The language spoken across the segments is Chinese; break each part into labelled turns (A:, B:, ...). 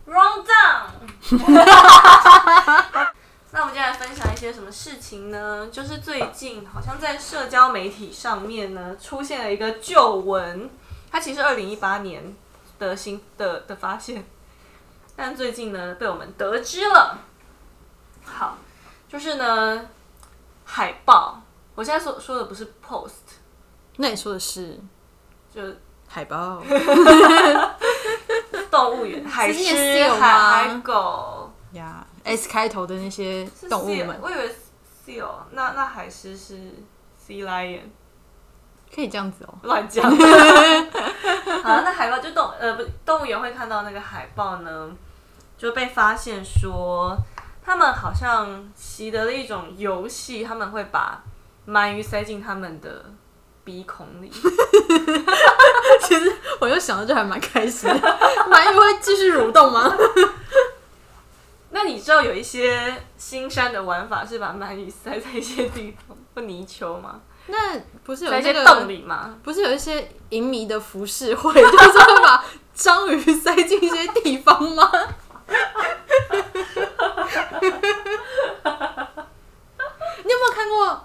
A: 那我们就来分享一些什么事情呢？就是最近好像在社交媒体上面呢，出现了一个旧闻，它其实二零一八年的新的的发现，但最近呢被我们得知了。好，就是呢海报，我现在所说的不是 post，
B: 那你说的是
A: 就
B: 海 报，
A: 动物园、海
B: 是那
A: 狮、
B: 个 seal
A: 海
B: 吗
A: 海狗
B: 呀、s 开头的那些
A: 是
B: 动物
A: seal，
B: 们，
A: 我以为 seal，那那海狮是 sea lion。
B: 可以这样子哦。
A: 乱讲。好，那海报就动呃不动物园会看到那个海报呢，就被发现说他们好像习得了一种游戏，他们会把鳗鱼塞进他们的鼻孔里。
B: 我就想到就还蛮开 心的，鳗鱼会继续蠕动吗？
A: 那你知道有一些新山的玩法是把鳗鱼塞在一些地方或泥鳅吗？
B: 那不是有
A: 在一
B: 那
A: 些
B: 个
A: 洞里吗？
B: 不是有一些淫迷的服饰会，就是会把章鱼塞进一些地方 吗？你有没有看过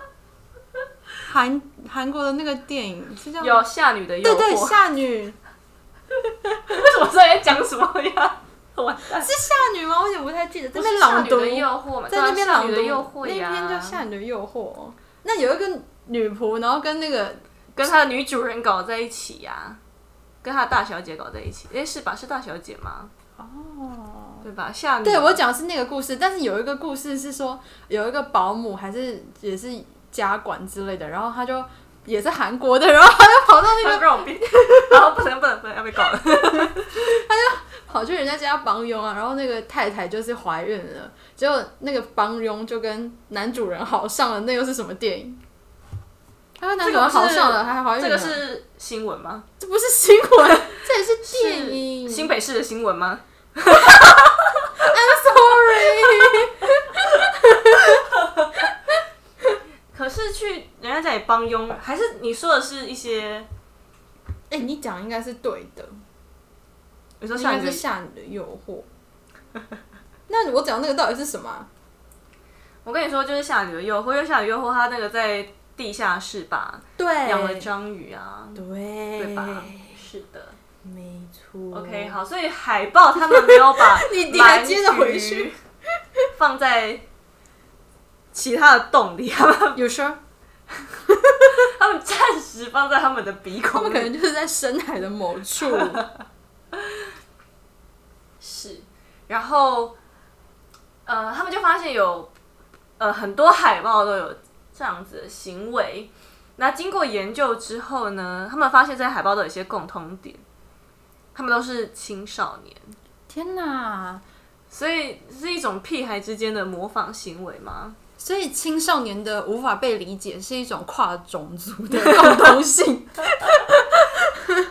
B: 韩韩国的那个电影？是叫
A: 有下女的诱
B: 对对
A: 惑，
B: 夏女
A: 为 什么这在讲什么呀？完蛋！
B: 是夏女吗？我有点不太记得。在那边
A: 夏
B: 朗
A: 女
B: 读，
A: 的诱惑嘛，
B: 在那边
A: 对啊夏
B: 朗读
A: 女的诱惑呀，
B: 那篇叫《夏女的诱惑》。那有一个女仆，然后跟那个
A: 跟他的女主人搞在一起呀、跟他的大小姐搞在一起，诶，是吧？是大小姐吗？哦，对吧？下女
B: 对我讲的是那个故事，但是有一个故事是说有一个保姆还是也是家管之类的，然后他就也是韩国的，然后他就跑到那
A: 那
B: 个
A: 个让我变， 好，不能不能不能，要被告 了。
B: 跑去人家家帮佣啊，然后那个太太就是怀孕了，结果那个帮佣就跟男主人好上了，那又是什么电影？他跟男主人好上了，还怀孕
A: 这
B: 了，
A: 个是新闻吗？
B: 这不是新闻， 这也是电影。
A: 是新北市的新闻吗？
B: Sorry，
A: 可是去人家家里帮佣，还是你说的是一些？
B: 哎、你讲应该是对的。
A: 你说
B: 应
A: 下
B: 该
A: 女
B: 是
A: 的，
B: 下你的诱惑。 那我讲那个到底是什么啊、
A: 我跟你说，就是下女的诱惑，因为下女诱惑，他那个在地下室吧，
B: 对
A: 养了章鱼啊，
B: 对
A: 对吧？是的。
B: 没错。
A: OK，好，所以海报他们没有把
B: 你你还接着回去
A: 鳗鱼放在其他的洞里，他们
B: 有时候
A: 他们暂时放在他们的鼻
B: 他
A: 孔
B: 们
A: 里，
B: 可能就是在深海的某 处。
A: 是，然后呃，他们就发现有呃很多海报都有这样子的行为。那经过研究之后呢，他们发现这些海报都有一些共通点，他们都是青少年，
B: 天哪！
A: 所以是一种屁孩之间的模仿行为吗？
B: 所以青少年的无法被理解是一种跨种族 的共同性。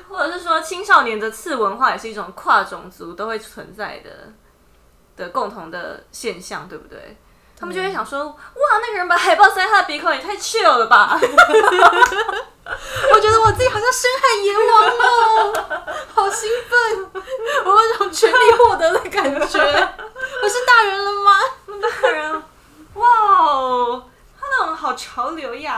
A: 或者是说青少年的次文化也是一种跨种族都会存在的的共同的现象，对不对？他们就会想说，哇，那个人把海报塞他的鼻孔，也太 chill 了吧！
B: 我觉得我自己好像深海阎王哦，好兴奋！我有种权力获得的感觉。我是大人了吗？
A: 那个人，哇哦，他那种好潮流呀！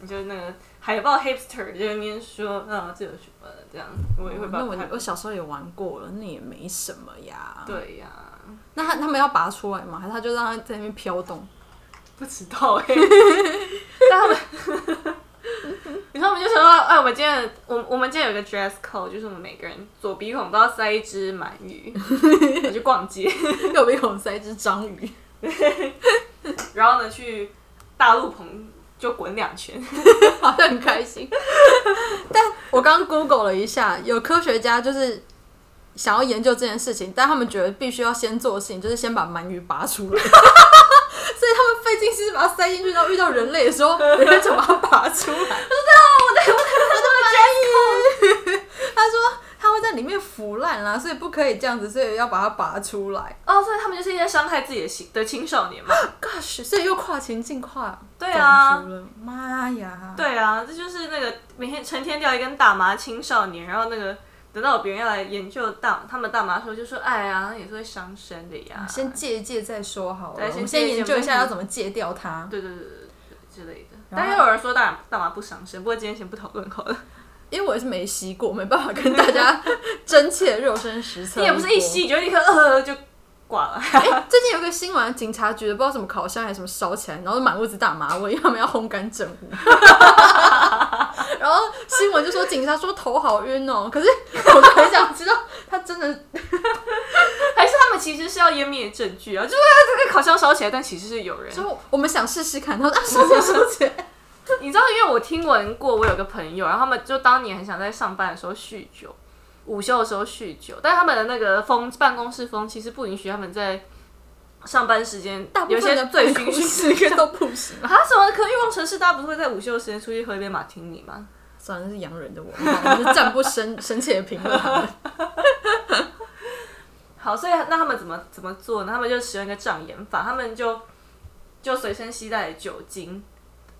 A: 你就那个海报 hipster 就在那边说，啊，这有什么的这样，哦我也会把
B: 那我
A: 海报
B: 我小时候也玩过了，那也没什么呀。
A: 对呀、
B: 那他他们要拔出来吗？还是他就让它在那边飘动？
A: 不知道哎、 但他 们，你说我们就想说，哎，我们今天的我我们今天有一个 dress code，就是我们每个人左鼻孔都要塞一只鳗 鱼，我去逛街，
B: 右鼻孔塞一只章鱼，
A: 然后呢去大陆棚就滚两圈，
B: 好像很开心。 但我刚 Google 了一下，有科学家就是想要研究这件事情，但他们觉得必须要先做的事情就是先把鳗鱼拔出来。所以 他们费尽心思把它塞进去，然后遇到人类的 时候，人类就把它拔出来。他说它会在里面腐烂啦、所以不可以这样子，所以要把它拔出来。
A: 哦，所以他们就是一些伤害自己的青的青少年嘛，
B: Gosh，所以又跨情境跨
A: 对啊
B: 种族了，妈呀！
A: 对啊，这就是那个每天成天掉一根大麻青少年，然后那个。等到有别人要来研究大他们大麻的时候，就说哎呀，那也是会伤身的呀。
B: 先戒一戒再说好了
A: 啊对。
B: 我
A: 先
B: 们
A: 戒
B: 先
A: 一戒
B: 研究一下
A: 没问题
B: 要怎么戒掉它，
A: 对对对对对对之类的。
B: 然后
A: 但又有人说大大麻不伤身，不过今天先不讨论好 了。
B: 因为我也是没吸过，没办法跟大家 真切肉身实测。
A: 你也不是一吸啊你就立刻呃就挂 了，
B: 哎，最近有个新闻，警察局的不知道什么烤箱还是什么烧起来，然后满屋子大麻味，因为他们要烘干整屋。然后新闻就说警察说头好晕哦，可是我就很想知道他真的
A: 还是他们其实是要湮灭证据啊？就是他这个烤箱烧起来，但其实是有 人。
B: 说我们想试试看，他说啊 烧起来烧起来，
A: 你知道，因为我听闻过，我有个朋友，然后他们就当年很想在上班的时候酗酒，午休的时候酗酒，但他们的那个风办公室风气是不允许他们在上班时间
B: 大，部
A: 有
B: 分
A: 些
B: 的
A: 醉醺
B: 办公
A: 醺
B: 室应该都不行。
A: 啊什么的？可欲望城市，大家不是会在午休的时间出去喝一杯马提尼吗？
B: 算了，那是洋人的文化，我是站不深深切的评论他们。
A: 好，所以那他们怎么怎么做呢？他们就使用一个障眼法，他们就就随身携带酒精，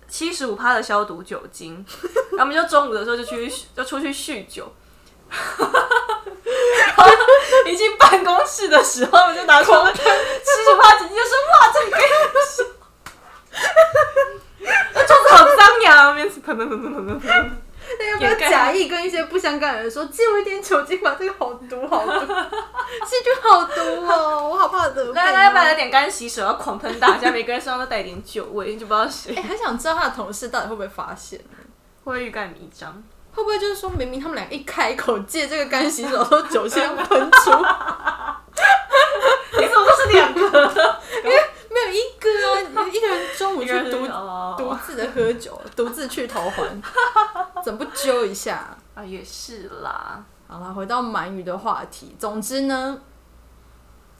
A: 七十五趴的消毒酒精， 然后我们就中午的时候就去就出去酗酒。 然后一进办公室的时候，我就拿出了七十趴酒精，就说：“哇，这个可以洗。” 那桌子好脏呀！后面 砰砰砰砰砰砰。
B: 那要不要假意跟一些不相干的人说，借我一点酒精吧，这个好毒好 毒，细菌好毒哦，我好怕得病哦。
A: 来来，把来点干洗手，要狂喷大家，每个人身上都带一点酒味，就不知道谁
B: 哎、很想知道他的同事到底会不会发现，
A: 会欲盖弥彰。
B: 会不会就是说明明他们俩一开口借这个干洗手，说酒先喷 出，
A: 你怎么都是两个？
B: 没有一个啊，一个人啊中午去独独
A: 哦
B: 自的喝酒，独自去投环，怎么不揪一下？
A: 啊，也是啦。
B: 好了，回到鳗鱼的话题。总之呢，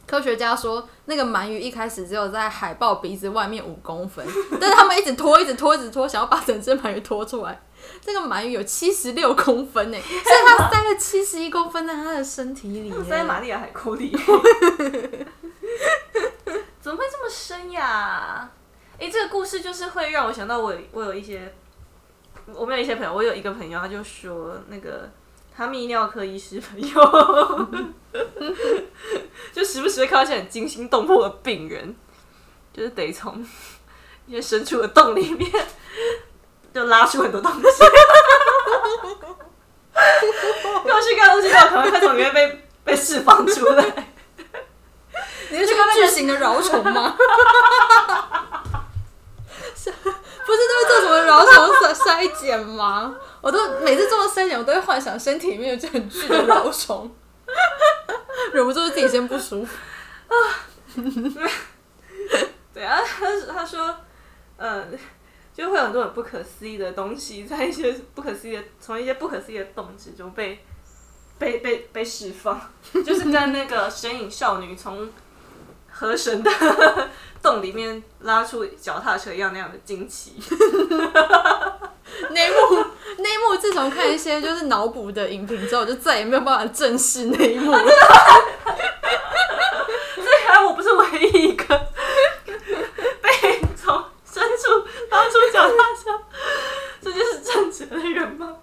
B: 科学家说那个鳗鱼一开始只有在海豹鼻子外面五公分， 但是他们一直拖，一直拖，一直拖，想要把整只鳗鱼拖出来。这个鳗鱼有七十六公分呢，欸所以它塞了七十一公分在它的身体里耶。
A: 塞在玛利亚海沟 里，怎么会这么深呀？哎、这个故事就是会让我想到我，我有一些，我们有一些朋友，我有一个朋友，他就说那个他泌尿科医师朋友， 就时不时会看到一些很惊心动魄的病人，就是得从一些深处的洞里面就拉出很多东 西。要去看东西，到可能会从里面被被释放出来。
B: 你是说巨型的饶虫吗？ 是不是都会做什么饶虫筛筛检吗？我都每次做筛检，我都会幻想身体里面有只很巨的饶虫， 忍不住自己先不舒服。
A: 对啊，他他说，呃，就会有很多很不可思议的东西，在一些不可思议的从一些不可思议的洞之中被被被被释 放，就是跟那个神隐少女从河神的 洞里面拉出脚踏车一样那样的惊奇。
B: 内幕内幕，自从看一些就是脑补的影评之后，我就再也没有办法正视内幕了。
A: 虽然啊我不是唯一一个 被从深处拉出脚踏车，这就是正直的人吗？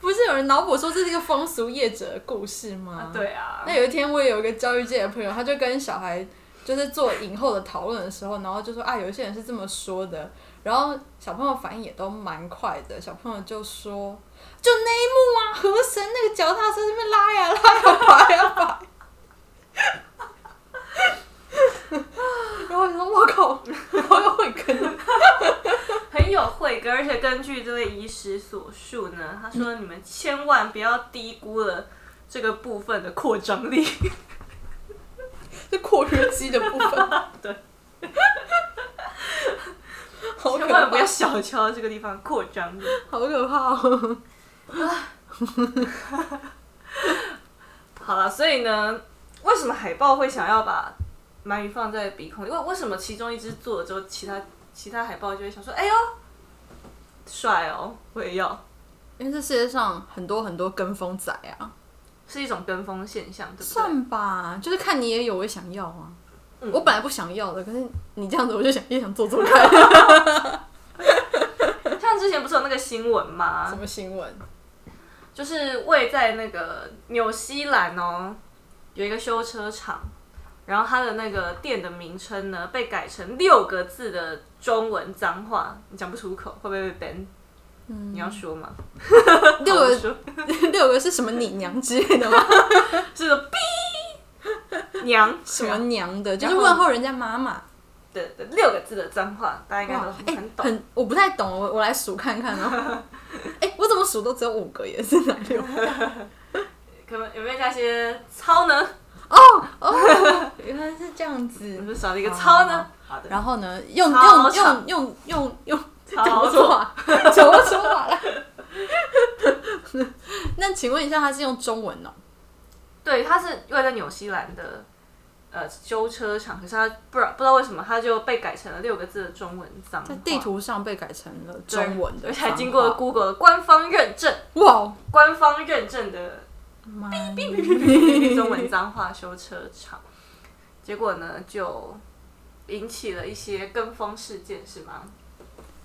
B: 不是有人脑补说这是一个风俗业者的故事吗？
A: 对啊
B: 那有一天，我也有一个教育界的朋友，他就跟小孩就是做影后的讨论的时候，然后就说啊，有一些人是这么说的，然后小朋友反应也都蛮快的，小朋友就说，就那一幕啊，河神那个脚踏车在那边拉呀拉呀拔呀拔，然后我就说我靠，我又会跟了，
A: 很有慧根，而且根据这位医师所述呢，他说你们千万不要低估了这个部分的扩张力。
B: 是括约肌的部分，
A: 对，
B: 好可
A: 千万不要
B: 怕，
A: 小瞧这个地方扩张力。
B: 好可怕哦。
A: 好了，所以呢，为什么海豹会想要把鳗鱼放在鼻孔里？为为什么其中一只做了之后，其他其他海豹就会想说：“哎呦，帅哦，我也要。
B: 因为这世界上很多很多跟风仔啊，”
A: 是一种跟风现象，对不对？
B: 算吧，就是看你也有，我也想要啊。
A: 嗯
B: 我本来不想要的，可是你这样子，我就想也想做做看。
A: 像之前不是有那个新闻吗
B: 什？么新闻？
A: 就是位在那个纽西兰哦，有一个修车厂，然后它的那个店的名称呢被改成六个字的中文脏话，你讲不出口会不会被 ban？、你要说吗？
B: 嗯六
A: 好我
B: 个
A: 说
B: 六个是什么你娘之类 的吗？
A: 是个逼娘
B: 什么娘的，就
A: 然
B: 是
A: 后
B: 问候人家妈妈。
A: 对对，六个字的脏话，大家应该
B: 哇，
A: 都
B: 哎、
A: 很懂。
B: 很我不太懂，我我来数看看哦。 哎、我怎么数都只有五个耶，是哪六个？
A: 可能有没有加些操呢？
B: 原来是这样
A: 你
B: 子。
A: 们少了一个操呢？好的，
B: 然后呢，用
A: 超
B: 用
A: 长
B: 用用用用，
A: 超
B: 讲不出话，讲不出话来。 那请问一下，他是用中文哦？
A: 对，他是因为在纽西兰的呃修车厂，可是他不知道不知道为什么他就被改成了六个字的中文脏
B: 在
A: 话，
B: 地图上被改成了
A: 对
B: 中文的
A: 而且
B: 脏话，
A: 还经过了 Google 的官方认证，
B: 哇，
A: 官方认证的
B: 妈
A: 中文脏话修车厂， 结果呢就引起了一些跟风事件，是吗？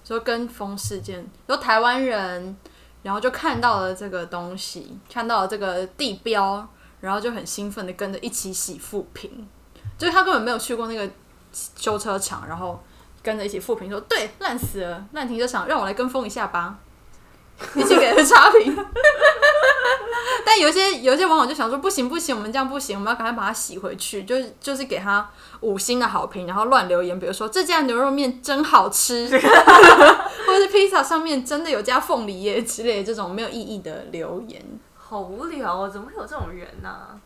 B: 说跟风事件，有台湾人，然后就看到了这个东西，看到了这个地标，然后就很兴奋的跟着一起洗复评，就是他根本没有去过那个修车厂，然后跟着一起复评说，对，烂死了，烂停车场，让我来跟风一下吧，一起给了差评。但有一些有一些网友就想说，不行不行，我们这样不行，我们要赶快把它洗回去，就是就是给他五星的好评，然后乱留言，比如说这家牛肉面真好吃， 或者是披萨上面真的有加凤梨耶之类的这种没有意义的留言。
A: 好无聊哦，怎么会有这种人呢、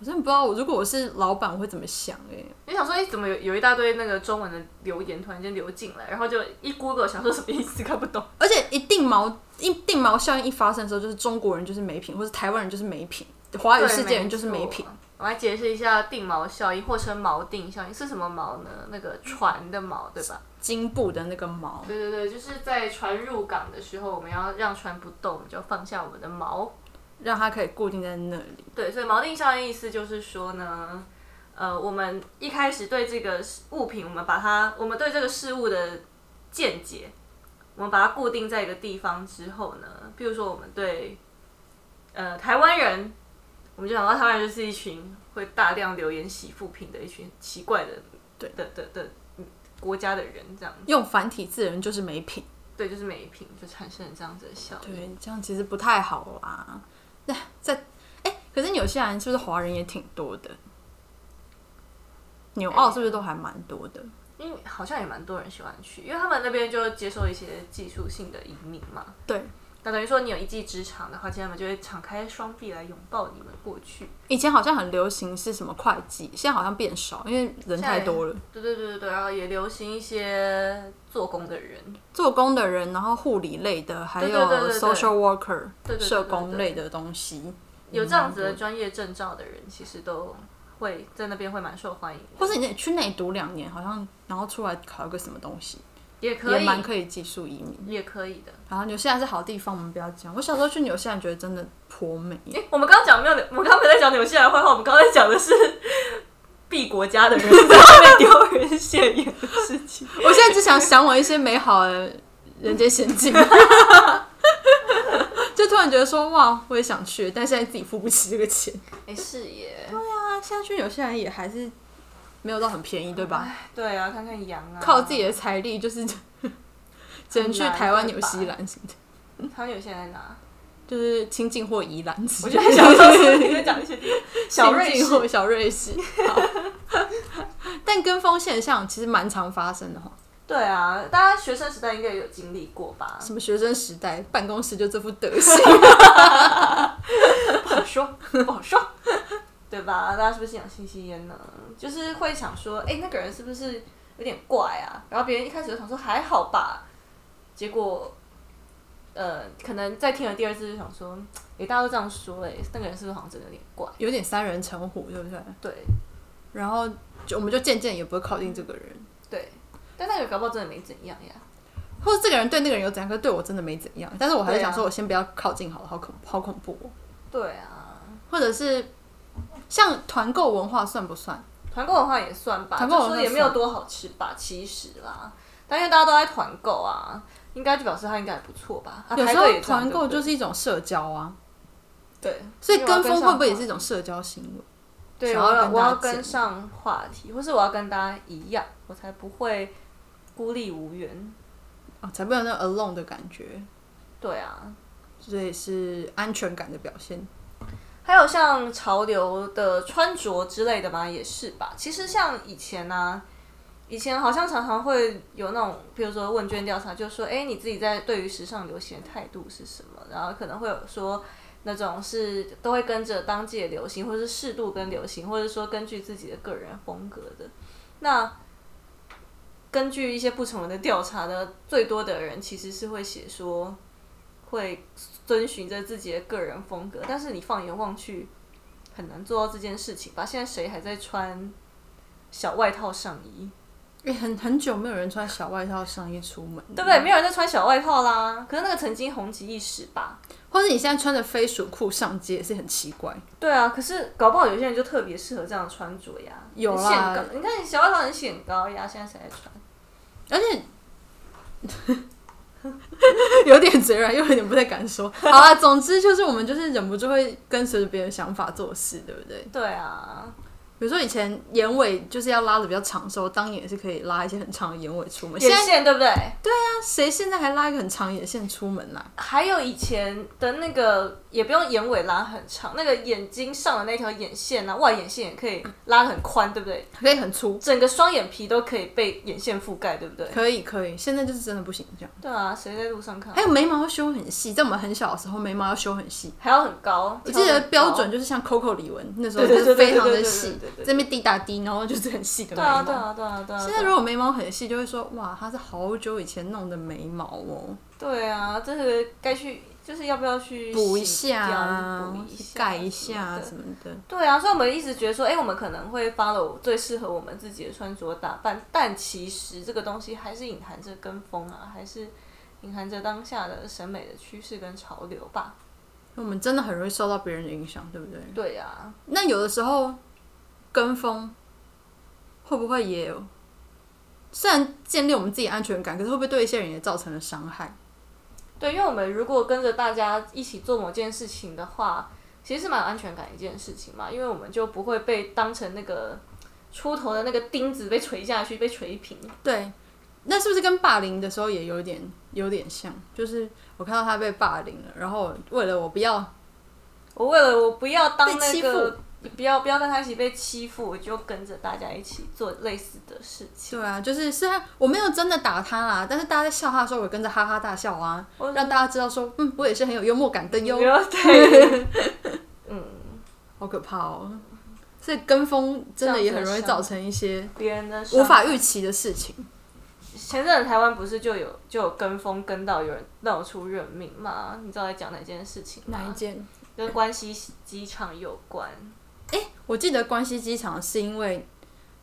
B: 我真的不知道，我如果我是老板，我会怎么想哎、
A: 你想说，哎、怎么有有一大堆那个中文的留言突然间流进来，然后就一 Google 想说什么意思，看不 懂。
B: 而且一定毛一定毛效应一发生的时候，就是中国人就是没品，或是台湾人就是没品，华语世界人就是没
A: 对。没
B: 品。
A: 错我来解释一下定锚效应，或称锚定效应是什么锚呢？那个船的锚，对吧？
B: 金布的那个毛，
A: 对对对，就是在船入港的时候，我们要让船不动，我们就放下我们的锚。
B: 让它可以固定在那里。
A: 对，所以锚定效应意思就是说呢，呃，我们一开始对这个物品，我们把它，我们对这个事物的见解，我们把它固定在一个地方之后呢，比如说我们对，呃，台湾人，我们就想到台湾人就是一群会大量留言洗复评的一群奇怪的，对的的的嗯国家的人这样，
B: 用繁体字的人就是没品，
A: 对，就是美评就产生了这样子的效应。
B: 对，这样其实不太好啦。那在哎、可是纽西兰是不是华人也挺多的？纽澳是不是都还蛮多的？
A: 因为好像也蛮多人喜欢去，因为他们那边就接受一些技术性的移民嘛。
B: 对，
A: 那等于说你有一技之长的话，其实他们就会敞开双臂来拥抱你们过去。
B: 以前好像很流行是什么会计，现在好像变少，因为人太多了。
A: 对对对对对，然后也流行一些做工的人，
B: 做工的人，然后护理类的，还有
A: 对对对对对
B: social worker
A: 对对对对
B: 社工类的东西，
A: 有这样子的专业证照的人，其实都会在那边会蛮受欢迎的，
B: 或是你去内读两年，好像然后出来考一个什么东西，
A: 也可
B: 也
A: 以，
B: 蛮可以技术移民。
A: 也可以的。
B: 然后纽西兰是好地方，我们不要讲。我小时候去纽西兰，觉得真的颇 美。
A: 诶我们刚刚讲没有，我们刚刚没有在讲纽西兰坏话，我们刚刚在讲的是 B 国家的人在外面丢人现 眼的事情。
B: 我现在只想向往一些美好的人间仙 境，就突然觉得说哇，我也想去，但现在自己付不起这个钱。
A: 哎、是耶，
B: 啊，现在去纽西兰也还是没有到很便宜，对吧？
A: 对啊，看看羊啊，
B: 靠自己的财力，就是 只能去台湾、纽西兰什么的，
A: 他们有些人在哪？
B: 就是亲近或宜兰之
A: 我
B: 类的。
A: 就在想说，是不是你在讲一些地方小瑞
B: 亲近
A: 士，
B: 或小瑞士。好但跟风现象其实蛮常发生的哈，
A: 对啊，大家学生时代应该有经历过吧？
B: 什么学生时代办公室就这副德行，
A: 不好说，不好说，对吧？大家是不是想吸吸烟呢？就是会想说，哎、那个人是不是有点怪啊？然后别人一开始就想说还好吧，结果，呃，可能再听了第二次就想说，哎、大家都这样说、哎，那个人是不是好像真的有点怪？
B: 有点三人成虎，对不对？
A: 对
B: 然后就我们就渐渐也不会靠近这个人，
A: 对，但那个搞不好真的没怎样呀。
B: 或者这个人对那个人有怎样，可是对我真的没怎样。但是我还是
A: 对啊
B: 想说，我先不要靠近好了，好恐好恐怖、哦。
A: 对啊，
B: 或者是像团购文化算不算？
A: 团购的话也算吧，
B: 团
A: 就
B: 购文化
A: 说也没有多好吃吧，其实啦。但因为大家都在团购啊，应该就表示它应该还不错吧。啊
B: 有时
A: 排队
B: 候
A: 也这样
B: 团购
A: 对不对
B: 就是一种社交啊，
A: 对，
B: 所以
A: 因为我要
B: 跟风会不会也是一
A: 上
B: 种社交行为？
A: 对，
B: 想
A: 我
B: 要
A: 要
B: 跟
A: 我
B: 大家
A: 要跟
B: 见
A: 上话题，或是我要跟大家一样，我才不会孤立无援。
B: 哦，才不会有那种 alone 的感觉，
A: 对啊，
B: 这也是安全感的表现。
A: 还有像潮流的穿着之类的嘛，也是吧。其实像以前呢、啊以前好像常常会有那种，比如说问卷调查，就说，哎、你自己在对于时尚流行的态度是什么？然后可能会有说。那种是都会跟着当季的流行，或者是适度跟流行，或者说根据自己的个人风格的。那根据一些不成文的调查呢，最多的人其实是会写说会遵循着自己的个人风格，但是你放眼望去，很难做到这件事情吧？现在谁还在穿小外套上衣，
B: 因为很很久没有人穿小外套上衣出门，
A: 对不对？没有人在穿小外套啦。可是那个曾经红极一时吧？
B: 或者你现在穿着飞鼠裤上街也是很奇怪。
A: 对啊，可是啊搞不好有些人就特别适合这样穿着呀，
B: 有
A: 很
B: 啦
A: 显高。你看你小外套很显高呀，现在谁在穿？
B: 而且 有点嘴软，又有点不太敢说。好啦，总之就是我们就是忍不住会跟随着别人想法做事，对不对？
A: 对啊，
B: 比如说以前眼尾就是要拉的比较长的时候，当年也是可以拉一些很长的眼尾出门。现
A: 眼
B: 在
A: 线对不对？
B: 谁现在还拉一个很长眼线出门啊啦？
A: 还有以前的那个也不用眼尾拉很长，那个眼睛上的那条眼线啊，外眼线也可以拉得很宽，对不对？
B: 可以很粗，
A: 整个双眼皮都可以被眼线覆盖，对不对？
B: 可以可以。现在就是真的不行这样。
A: 对啊，谁在路上看？
B: 还哎有眉毛要修很细，在我们很小的时候，眉毛要修很细。
A: 还要很高，
B: 我记得
A: 挑很
B: 标
A: 高
B: 准。就是像 Coco 李玟那时候
A: 对对
B: 就
A: 对
B: 是
A: 对
B: 非常
A: 对
B: 的
A: 对
B: 细
A: 对对，对
B: 这边滴答滴，然后就是很细的眉
A: 对啊，
B: 毛。
A: 对啊，对啊，对啊。
B: 现在如果眉毛很细，就会说哇，她是好久以前弄的眉毛哦，
A: 对啊，这是该去，就是要不要去
B: 补一
A: 洗掉
B: 下啊
A: 补一下、
B: 盖一下啊
A: 对
B: 什么的。
A: 对啊，所以我们一直觉得说，哎、我们可能会 follow 最适合我们自己的穿着打扮，但其实这个东西还是隐含着跟风啊，还是隐含着当下的审美的趋势跟潮流吧。
B: 我们真的很容易受到别人的影响，对不对？
A: 对啊，
B: 那有的时候跟风会不会也有？虽然建立我们自己安全感，可是会不会对一些人也造成了伤害？
A: 对，因为我们如果跟着大家一起做某件事情的话，其实是蛮有安全感的一件事情嘛，因为我们就不会被当成那个出头的那个钉子被锤下去，被锤平。
B: 对，那是不是跟霸凌的时候也有点有点像？就是我看到他被霸凌了，然后为了我不要
A: 我为了我不要当
B: 被
A: 那
B: 欺
A: 个，不要不要跟他一起被欺负，我就跟着大家一起做类似的事情。
B: 对啊，就是虽然我没有真的打他啦，但是大家在笑他的时候，我也跟着哈哈大笑啊，
A: 我
B: 让大家知道说，嗯，我也是很有幽默感的哟，
A: 对，嗯，
B: 好可怕哦。所以跟风真的也很容易
A: 这样子的伤
B: 造成一些
A: 别人的
B: 无
A: 伤。
B: 法预期的事情。
A: 前阵子台湾不是就有就有跟风跟到有人闹出人命嘛？你知道在讲哪件事情
B: 哪一
A: 吗？
B: 件？
A: 跟关西机场有关。
B: 我记得关西机场是因为，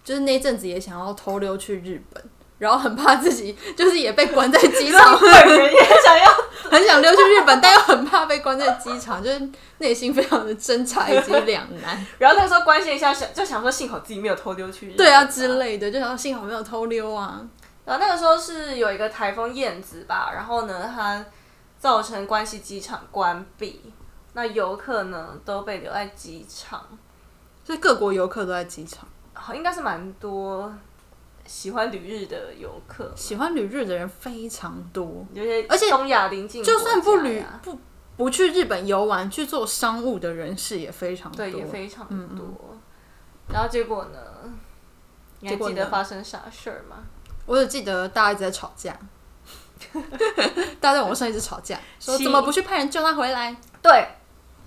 B: 就是那一阵子也想要偷溜去日本，然后很怕自己就是也被关在机 场，
A: 本人也想要
B: 很想溜去日本，但又很怕被关在机场，就是内心非常的挣扎以及两难。
A: 然后那个时候关心一下，想就想说幸好自己没有偷溜去日本
B: 对啊之类的，就想说幸好没有偷溜啊。
A: 然后那个时候是有一个台风燕子吧，然后呢，它造成关西机场关闭，那游客呢都被留在机场，
B: 所以各国游客都在机场。
A: 好应该是蛮多喜欢旅日的游客，
B: 喜欢旅日的人非常多，
A: 有些
B: 而且
A: 东亚邻近、
B: 就算不旅，不不去日本游玩，去做商务的人士也非常多。
A: 对也非常多。
B: 嗯
A: 然后结果呢？你还
B: 结果
A: 记得
B: 呢
A: 发生啥事儿吗？
B: 我只记得大家一直在吵架， 大家在网络上一直吵架，说
A: 七
B: 怎么不去派人救他回来？
A: 对，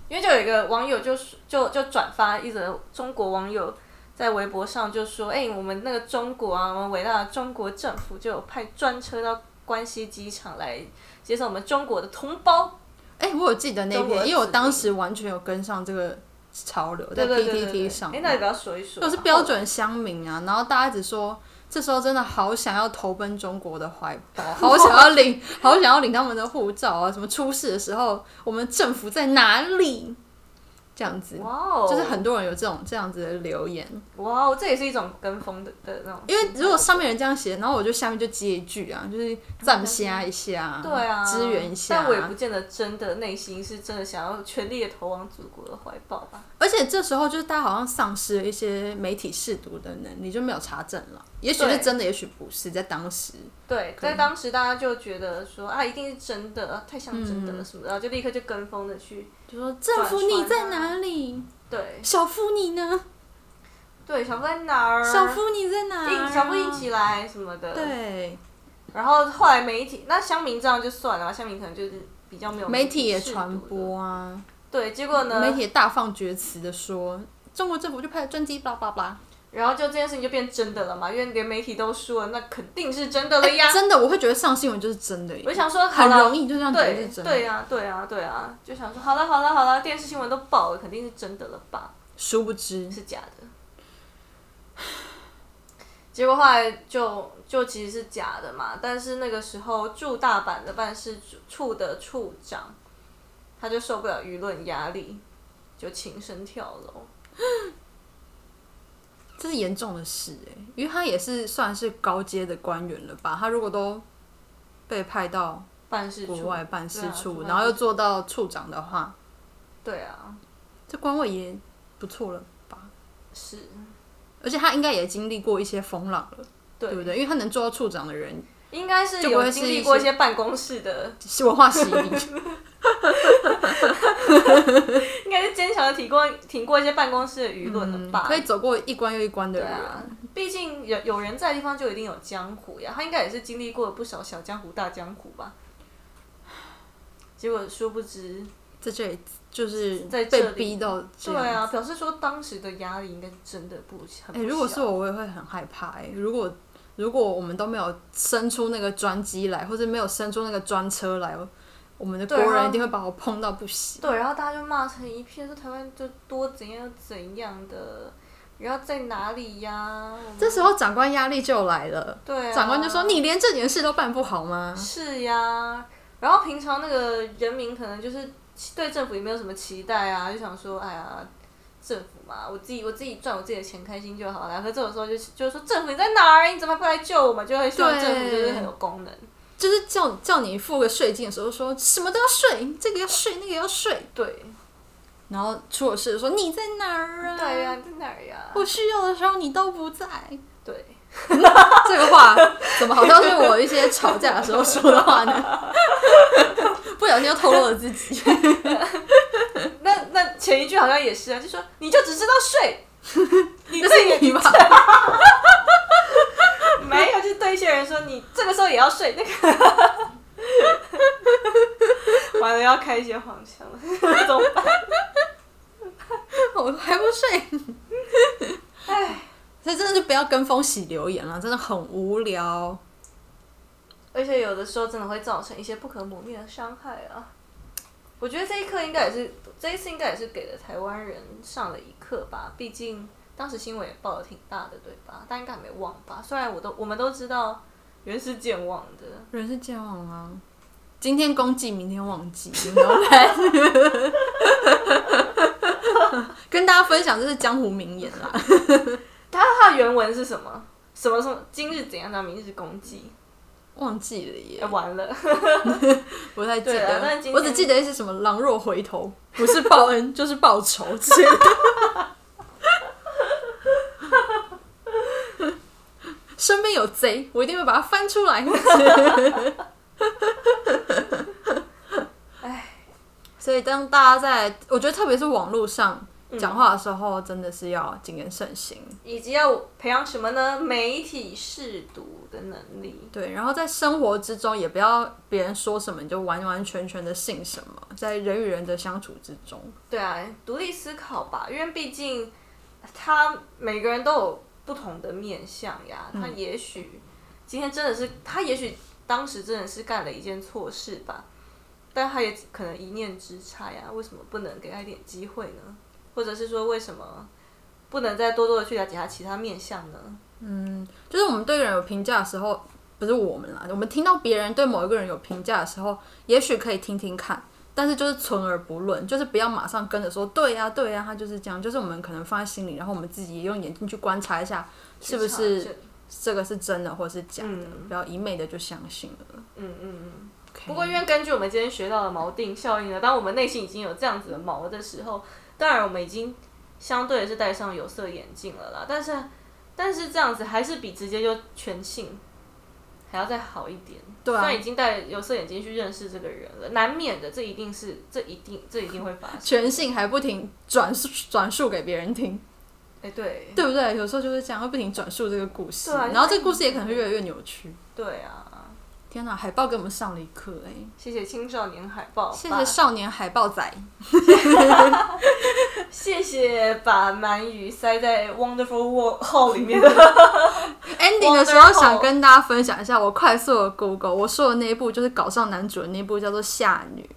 A: 因为就有一个网友就说就就转发一则中国网友在微博上就说：“哎、我们那个中国啊，我们伟大的中国政府就有派专车到关西机场来接受我们中国的同胞。
B: 哎、我有记得那
A: 中国的
B: 篇，因为我
A: 指令
B: 当时完全有跟上这个潮流，”在
A: 对对对对
B: PTT
A: 对，
B: 上
A: 哎、
B: 面。
A: 那你不要说一说啊，
B: 又是标准乡民啊，然后大家一直说，这时候真的好想要投奔中国的怀 抱，好想要领，好想要领他们的护照啊！什么出事的时候，我们政府在哪里？这样子，
A: 哇哦，
B: 就是很多人有这种这样子的留言。
A: 哇哦，这也是一种跟风的的那种。
B: 因为如果上面人这样写，然后我就下面就接一句啊，就是赞虾一下，
A: 对啊，
B: 支援一下。
A: 但我也不见得真的内心是真的想要全力的投往祖国的怀抱吧。
B: 而且这时候就是大家好像丧失了一些媒体试读的能力，就没有查证了。也许是
A: 对
B: 真的，也许不是，在当时。
A: 对，在当时大家就觉得说啊，一定是真的，啊太像真的了什么的，
B: 嗯
A: 然后就立刻就跟风的去。
B: 就说政府你在哪里？
A: 对
B: 小夫你呢？
A: 对，小夫在哪儿？
B: 小夫你在哪
A: 硬
B: 儿？啊
A: 小夫硬啊起来什么的。。
B: 对，
A: 然后后来媒体，那乡民这样就算了，乡民可能就是比较没有
B: 媒体也
A: 适度的
B: 传。播啊，
A: 对，结果呢？
B: 媒体也大放厥词的说，中国政府就派了专机，巴拉巴拉巴拉。
A: 然后就这件事情就变真的了嘛，因为连媒体都说了，那肯定是真的了 呀。
B: 哎真的，我会觉得上新闻就是真的耶。
A: 我就想说，好
B: 很
A: 了，
B: 容易就这样觉得
A: 对
B: 是真的。
A: 对呀、对呀、对呀、就想说好了好了好了，电视新闻都爆了，肯定是真的了吧？
B: 殊不知，
A: 是假的。结果后来就就其实是假的嘛，但是那个时候驻大阪的办事处的处长，他就受不了舆论压力，就轻生跳楼。
B: 这是严重的事哎，因为他也是算是高阶的官员了吧？他如果都被派到
A: 办事
B: 国
A: 处，
B: 外办事处，
A: 对啊
B: 然后又做到处长的话，
A: 对啊，
B: 这官位也不错了吧？
A: 是
B: 而且他应该也经历过一些风浪了，对
A: 对，
B: 不对？因为他能做到处长的 人，
A: 应该是
B: 就不
A: 有
B: 会是
A: 经
B: 一
A: 历
B: 些
A: 过一些办公室的，
B: 是文化洗礼。
A: 应该是坚强的挺过挺过一些办公室的舆论了吧？
B: 嗯可以走过一关又一关的
A: 对
B: 人，
A: 啊，毕竟有有人在的地方就一定有江湖呀，他应该也是经历过不少小江湖、大江湖吧。结果殊不知，
B: 在这里就是
A: 在这
B: 被
A: 里
B: 逼到这
A: 对
B: 样。
A: 啊，表示说当时的压力应该真的不很
B: 哎、
A: 不小。
B: 如果是我，我也会很害怕、哎，如果如果我们都没有伸出那个专机来，或者没有伸出那个专车来，我我们的
A: 对啊然
B: 国人
A: 后
B: 一定会把我碰到不行。
A: 对，然后大家就骂成一片，说台湾就多怎样又怎样的，然后在哪里呀？我们
B: 这时候长官压力就来了，
A: 嗯对、啊，
B: 长官就说：“你连这件事都办不好吗
A: 是呀，然后平常那个人民可能就是对政府也没有什么期待啊，就想说，哎呀，政府嘛，我自己我自己赚我自己的钱，开心就好了。可这种时候就就是说，政府你在哪儿？你怎么还不来救我们？就会希望政府就是很有功能。？”
B: 就是叫叫你付个税金的时候说什么都要税，这个要税，那个要税，
A: 对，
B: 然后出了事说你在哪儿啊？
A: 对呀、你在哪儿呀？
B: 我需要的时候你都不在。
A: 对，
B: 这个话怎么好像是我一些吵架的时候说的话呢？ 不小心又透露了自己。
A: 那那前一句好像也是啊，就说你就只知道睡，你
B: 那
A: 这
B: 是
A: 也
B: 你吧？
A: 没有，就是对一些人说你这个时候也要睡，那个 完了要开一些黄腔了， 怎么办？
B: 我还不睡。
A: 唉。
B: 所以真的就不要跟风洗留言了，真的很无聊。
A: 而且有的时候真的会造成一些不可磨灭的伤害啊。我觉得这一课应该也是，这一次应该也是给了台湾人上了一课吧。毕竟当时新闻也报的挺大的，对吧？大家应该还没忘吧？虽然我都我们都知道原是健忘的，
B: 人是交往啊，今天公祭，明天忘记，有没有来 跟大家分享这是江湖名言啦。
A: 它它的原文是什么？什么什么？今日怎样怎样，明日公祭。
B: 忘记了
A: 哎，
B: 耶，
A: 完了，
B: 不太记
A: 对啊但
B: 得
A: 今，天
B: 我只记得是什么“狼若回头”，不是报 恩就是报仇之类的。身边有贼，我一定会把它翻出来。所以当大家在，我觉得特别是网络上
A: 嗯
B: 讲话的时候，真的是要谨言慎行。
A: 以及要培养什么呢？媒体试读的能力。
B: 对，然后在生活之中也不要别人说什么你就完完全全的信什么，在人与人的相处之中，
A: 对啊，独立思考吧，因为毕竟他每个人都有不同的面相呀。
B: 嗯
A: 他也许今天真的是，他也许当时真的是干了一件错事吧，但他也可能一念之差呀。为什么不能给他一点机会呢？或者是说，为什么不能再多多的去了解他其他面相呢？
B: 就是我们对人有评价的时候，不是我们啦，我们听到别人对某一个人有评价的时候，也许可以听听看，但是就是存而不论，就是不要马上跟着说对呀、对呀、它就是这样，就是我们可能放在心里，然后我们自己也用眼睛去观察一下，是不
A: 去查
B: 是
A: 证
B: 这个是真的或者是假的，
A: 嗯
B: 不要一昧的就相信了。
A: 嗯嗯嗯。
B: OK
A: 不过，因为根据我们今天学到的锚定效应呢，当我们内心已经有这样子的锚的时候，当然我们已经相对是戴上有色眼镜了啦。但是，但是这样子还是比直接就全信还要再好一点。
B: 对啊
A: 虽然已经戴有色眼镜去认识这个人了，难免的，这一定是，这一定，这一定会发生。
B: 全信还不停转述转述给别人听，
A: 哎、对，
B: 对不对？有时候就是这样，会不停转述这个故事，
A: 对啊就是
B: 然后这个故事也可能会越来越扭曲。
A: 对啊，
B: 天哪，海报给我们上了一课哎、
A: 谢谢青少年海报吧，
B: 谢谢少年海报仔，
A: 谢谢把鳗鱼塞在 Wonderful World 号里 面的。
B: ending 的时候，想跟大家分享一下我快速的 Google，我说的那一部就是搞上男主的那一部叫做《夏女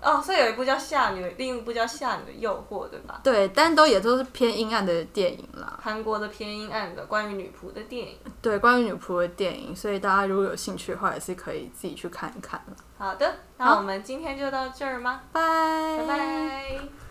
A: 哦，所以有一部叫《夏女》，另一部叫《夏女的诱惑》，对》，吧？
B: 对，但都也都是偏阴暗的电影啦。
A: 韩国的偏阴暗的关于女仆的电影。
B: 对，关于女仆的电影，所以大家如果有兴趣的话，也是可以自己去看一看啦。
A: 好的，那我们今天就到这儿吗？
B: 拜
A: 拜拜。